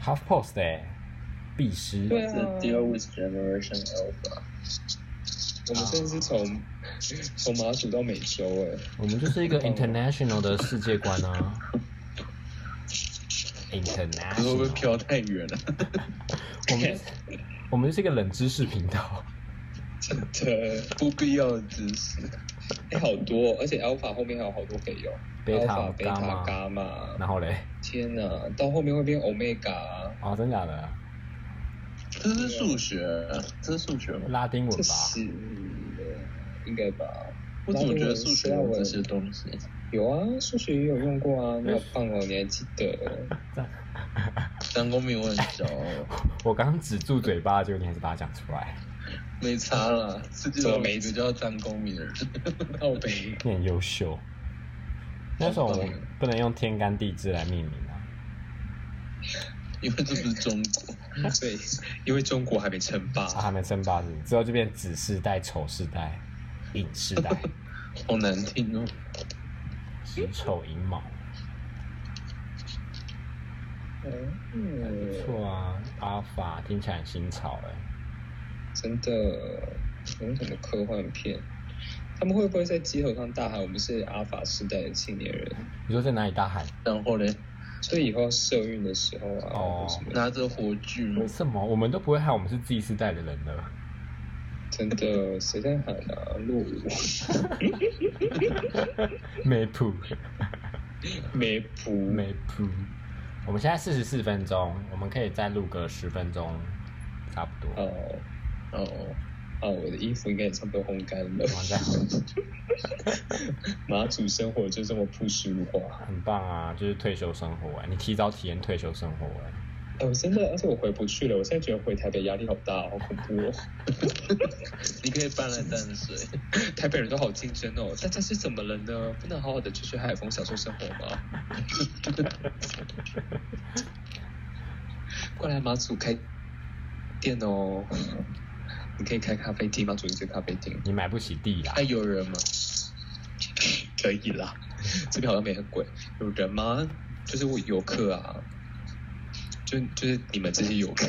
Half post 哎、欸，必失。对是啊 Deal with Generation Alpha。我们真的是从从马祖到美洲哎，我们就是一个 international 的世界观啊。可是会不会 international，飘太远了？ 我们就是我们就是一个冷知识频道。真的不必要的知识。哎好多，而且 Alpha 后面还有好多可以用贝塔 Alpha、贝塔、伽马伽马，然后嘞，天哪，到后面会变 Omega，啊哦，真假的，这是数学，啊这是数学吗？拉丁文这吧？是应该吧？我怎么觉得数学有这些是哎东西？有啊，数学也有用过啊，你好棒哦，你还记得？当公民我很骄傲，我刚刚只住嘴巴，结果你还是把它讲出来，没差啦。世界怎么上没每一个叫当公民的人，靠北， 你很优秀。那时候我好棒们不能用天干地支来命名啊。因为这不是中国。对，因为中国还没称霸。啊，还没称霸是之后就变子世代、丑世代、寅世代、好难听哦。子丑寅卯，还不嗯，错啊。阿法听起来很新潮哎、真的，有什么科幻片？他们会不会在街头上大喊我们是阿法时代的青年人？你说在哪里大喊？然后嘞，所以以后社运的时候啊，哦或什么的拿着火炬为什么我们都不会喊我们是 Z 世代的人了？真的谁在喊啊？落伍， 没谱，没谱，没谱。我们现在四十四分钟，我们可以再录个十分钟，差不多。哦哦哦，我的衣服应该也差不多烘干 了。我们再回马祖生活就这么朴实无华。很棒啊，就是退休生活哎、你提早体验退休生活哎、哎、我真的，而且我回不去了。我现在觉得回台北压力好大，好恐怖 哦。你可以搬来淡水，台北人都好竞争哦，大家是怎么了呢？不能好好的去去海风享受生活吗？ 过来马祖开店哦，你可以开咖啡厅，马祖是咖啡厅，你买不起地啦哎还。有人吗？可以啦。这边好像没很贵，有人吗？就是我游客啊，就就是你们这些游客。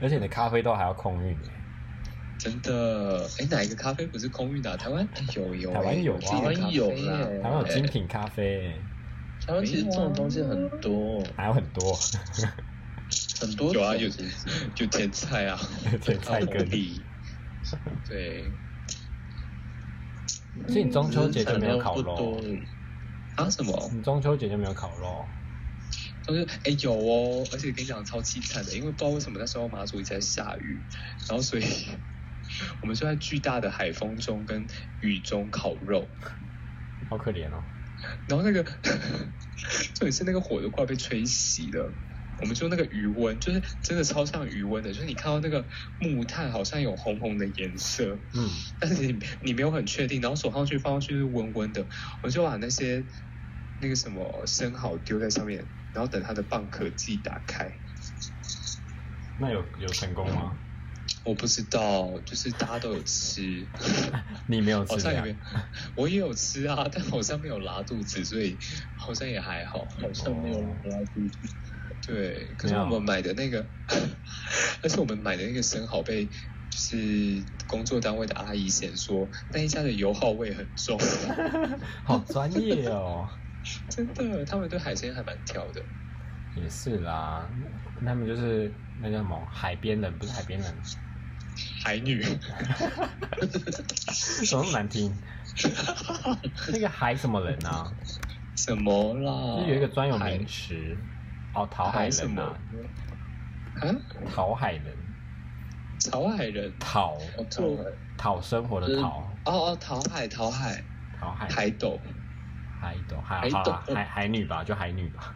而且你的咖啡豆还要空运、欸，真的，哎，哪一个咖啡不是空运的啊、台湾哎有有，台湾有啊台湾有啦，哎台湾有精品咖啡、欸，台湾其实这种东西很多，还有很多很多有啊种有其实有甜菜啊， 甜菜跟根。梨， 对所以你中秋节就没有烤只是产量不肉多，啊什么？你中秋节就没有烤肉，就是哎有哦，而且跟你讲超凄惨的，因为不知道为什么那时候马祖一直在下雨，然后所以我们就在巨大的海风中跟雨中烤肉，好可怜哦。然后那个 重点是那个火都快被吹熄了。我们就那个余温，就是真的超像余温的，就是你看到那个木炭好像有红红的颜色，嗯，但是你你没有很确定，然后手上去放上去是温温的，我就把那些那个什么生蚝丢在上面，然后等它的蚌壳自己打开。那有有成功吗？我不知道，就是大家都有 吃，你没有吃啊好像也呀没？， 我也有吃啊，但好像没有拉肚子，所以好像也还好。好像没有人拉肚子。对，可是没有我们买的那个， 但是我们买的那个生蚝被就是工作单位的阿姨嫌说那一家的油耗味很重，好专业哦。 真的，他们对海鲜还蛮挑的。也是啦，他们就是那叫什么海边人，不是海边人，海女，怎么那么难听？那个海什么人啊？什么啦？就是有一个专有海名词，哦，讨海海什人么啊，？啊，讨海人，潮海人，讨哦，做讨生活的讨，哦哦，淘海，淘海，讨海海斗，海斗海嗯海好啦斗海海女吧，就海女吧。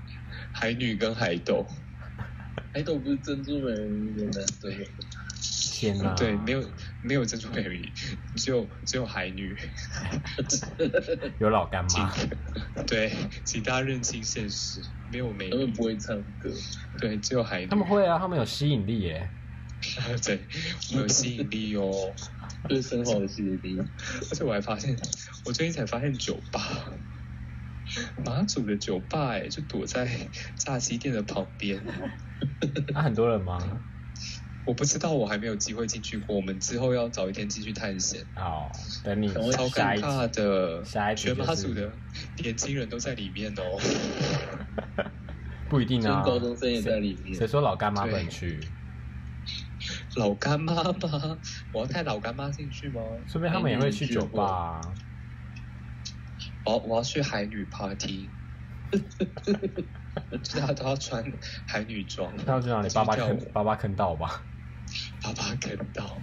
海女跟海斗，海斗哎不是珍珠美人鱼的男生吗？天哪，对，没有没有珍珠美人鱼，只有只有海女，有老干妈，对，请大家认清现实，没有美他嗯们女，不会唱 歌，对，只有海女，他们会啊，他们有吸引力耶。 对，没有吸引力哦，对生蚝的吸引啊力。而且我还发现，我最近才发现酒吧。马祖的酒吧、哎，就躲在炸鸡店的旁边，那、很多人吗？我不知道，我还没有机会进去过。我们之后要早一天进去探险，好，哦等你等我超下尴一尬集，的。下一集全就是马祖的年轻人都在里面哦。不一定跟啊。高中生也在里面谁。说老干妈不能对去？老干妈吗？我要带老干妈进去吗？哎说不定他们也会去酒吧、啊。我要我要去海女 party，就是大家都要穿海女装。那就让你爸爸跳坑舞，爸爸坑到吧。爸爸坑道。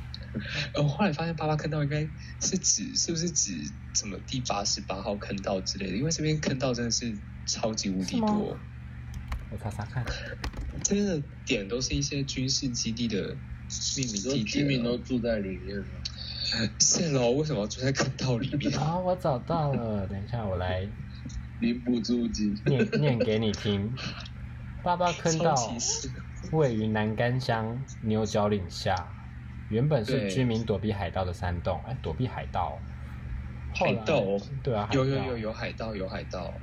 呃，我后来发现爸爸坑道应该是指是不是指什么第八十八号坑道之类的？因为这边坑道真的是超级无敌是吗多。我查查 看，这边的点都是一些军事基地的命你名说地居民点、都哦。 住在里面吗？是喽，为什么要住在坑道里面？啊，我找到了，等一下我来领补助金，念 念给你听。爸爸坑超道歧视。位于南干乡牛角岭下，原本是对居民躲避海盗的山洞，哎，躲避海盗。后来海盗哦对啊，海有有盗有有海盗有海盗，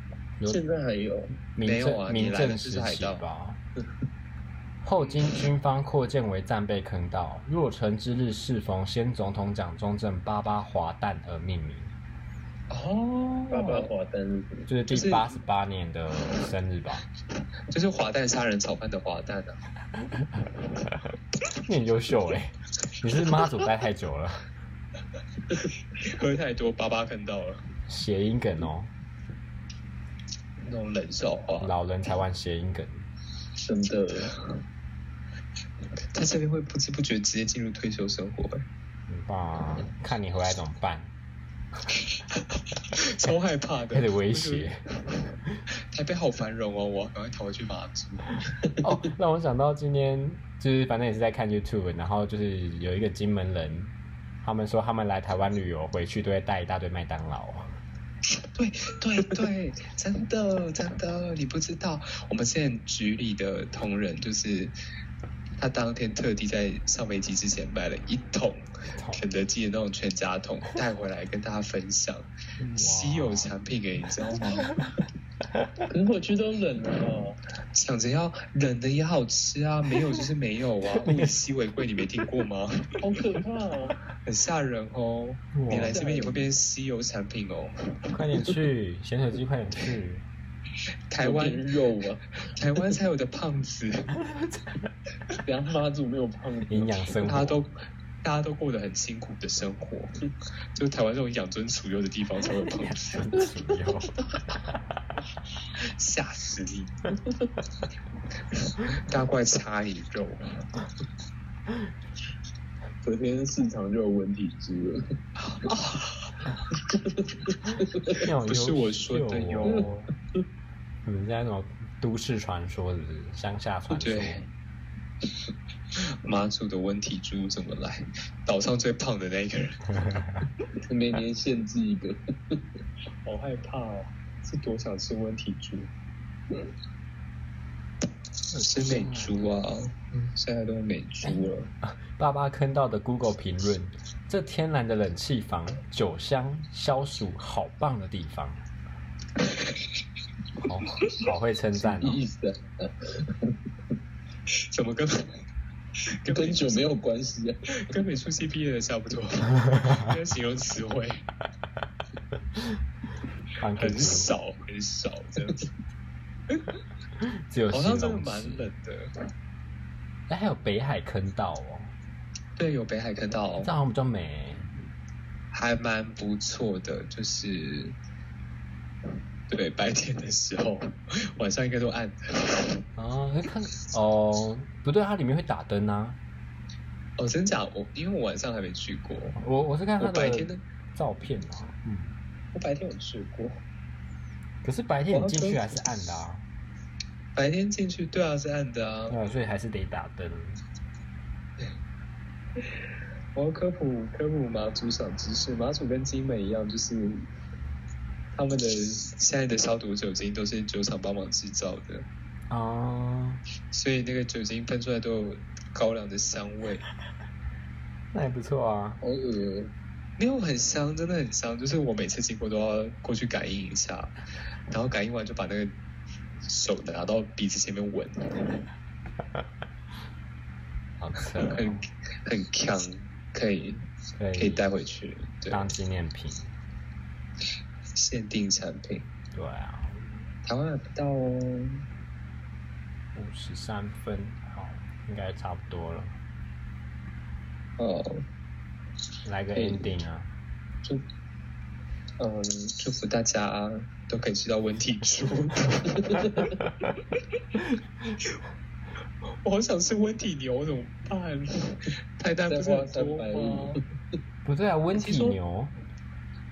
有现在还有。民没有政、啊你民来的政 就时是海期盗吧。后经军方扩建为战备坑道，若城之日适逢先总统蒋中正八八华诞而命名，哦，爸爸华诞是什么？就是就第是八十八年的生日吧？就是滑蛋杀人炒饭的滑蛋啊。你很优秀哎、你是妈祖待太久了，喝太多，爸爸看到了谐音梗哦，那种冷笑话，老人才玩谐音梗。真的，在这边会不知不觉直接进入退休生活、 欸，很棒啊！看你回来怎么办？超害怕的，开始 威胁。台北好繁荣哦，我要赶快逃回去马祖。哦，让我想到今天就是反正也是在看 YouTube，然后就是有一个金门人，他们说他们来台湾旅游回去都会带一大堆麦当劳。对对对，真的真的，你不知道，我们现在局里的同仁就是。他当天特地在上飞机之前买了一桶 肯德基的那种全家桶带回来跟大家分享，稀有产品诶、你知道吗？可是回去都冷了哦。想着要冷的也好吃啊，没有就是没有 啊，物以稀为贵，你没听过吗？好可怕哦！很吓人哦，哇你来这边也会变稀有产品哦。快点去咸水鸡，快点去！台有点湾肉啊， 台湾才有的胖子，然后妈祖没有胖子，营养生大家活，都大家都过得很辛苦的生活，就台湾这种养尊处优的地方才会有胖子， 真自由。吓死你！大怪差一肉，昨天市场就有文体猪了，你好 优秀哦不是我说的哟。 你们家那种都市传说是不是？乡下传说？对妈祖的问题猪怎么来？岛上最胖的那个人，每年限制一个。 好害怕哦！是多想吃温体猪？是美猪啊，现在都有美猪了。爸爸坑到的 Google 评论：这天然的冷气房，酒香消暑，好棒的地方。好好会称赞什哦么！意嗯思啊？怎么跟跟跟美酒没有关系啊，跟美术系毕业的差不多？跟形容词 汇帮个很猪少很少这样子，只有好形像真的容蛮词。冷的。哎，还有北海坑道哦，对，有北海看到哦这，好像比较美。还蛮不错的，就是对白天的时候，晚上应该都暗的。哦，可以看哦，不对，它里面会打灯啊。哦，真假？我因为我晚上还没去过，我我是看它我白天的的，照片啊，嗯，我白天有去过，可是白天你我要进去跟还是暗的啊，白天进去对啊是暗的啊。对啊，所以还是得打灯。我要科普科普马祖小知识，马祖跟金门一样，就是他们的现在的消毒酒精都是酒厂帮忙制造的，哦，所以那个酒精喷出来都有高粱的香味，那也不错啊。好恶没有很香，真的很香，就是我每次经过都要过去感应一下，然后感应完就把那个手拿到鼻子前面闻，好扯、很哦，很强，可以可可以以带回去，对，当纪念品。限定产品，对啊，台湾买不到哦。五十三分，好，应该差不多了。哦，来个可以 ending 啊，祝，嗯，祝福大家都可以吃到温体猪。 我好想吃温体牛，怎么办？台南不是很再花三百多吗？不对啊，温听体说牛，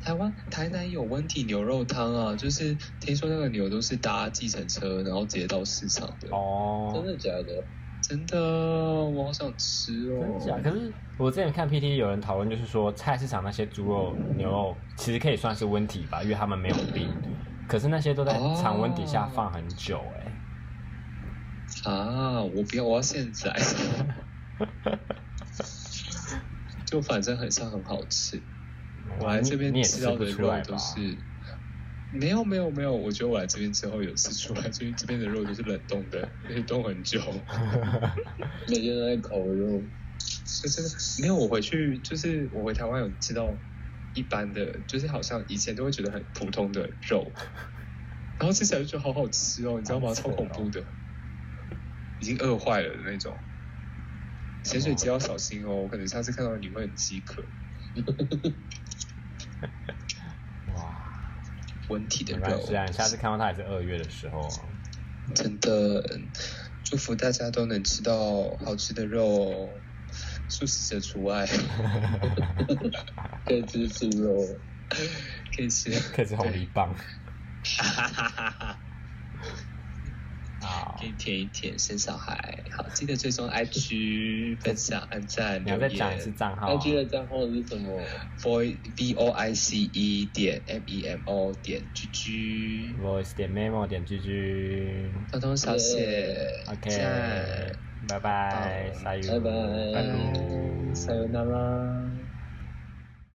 台湾台南有温体牛肉汤啊，就是听说那个牛都是搭计程车，然后直接到市场的。哦，真哦，的假的？真的，我好想吃真假？哦。可是我之前看 PTT 有人讨论，就是说菜市场那些猪肉、牛肉其实可以算是温体吧，因为他们没有冰，可是那些都在哦常温底下放很久、哎、啊，我不要，我要现宰。 就反正很像很好吃。嗯我来这边你你也吃到不的出肉来吧都？是，没有没有没有，我觉得我来这边之后有吃出来，所以这边的肉都是冷冻的，而且冻很久。每天都在烤肉，就真的没有，我回去就是我回台湾有吃到一般的，就是好像以前都会觉得很普通的肉，然后吃起来就觉得好好吃哦，你知道吗？好吃超哦恐怖的，已经饿坏了的那种。咸水鸡要小心哦，我可能下次看到你会很饥渴。哇，温体的没关肉系，啊，你下次看到他也是二月的时候啊。真的祝福大家都能吃到好吃的肉 哦，素食者除外，可以吃素肉，可以吃，可以吃红梨棒哈哈哈哈。啊！好可以舔一舔，生小孩。好，记得追踪 IG，分享、按赞、你要再留讲一言次。账号、他啊。居然账号是什么？ voice v o i c e 点 m e m o 点 g g， voice 点 memo 点 gg。通通小写 OK，赞拜拜，撒油，拜拜拜拜。塞有那拉。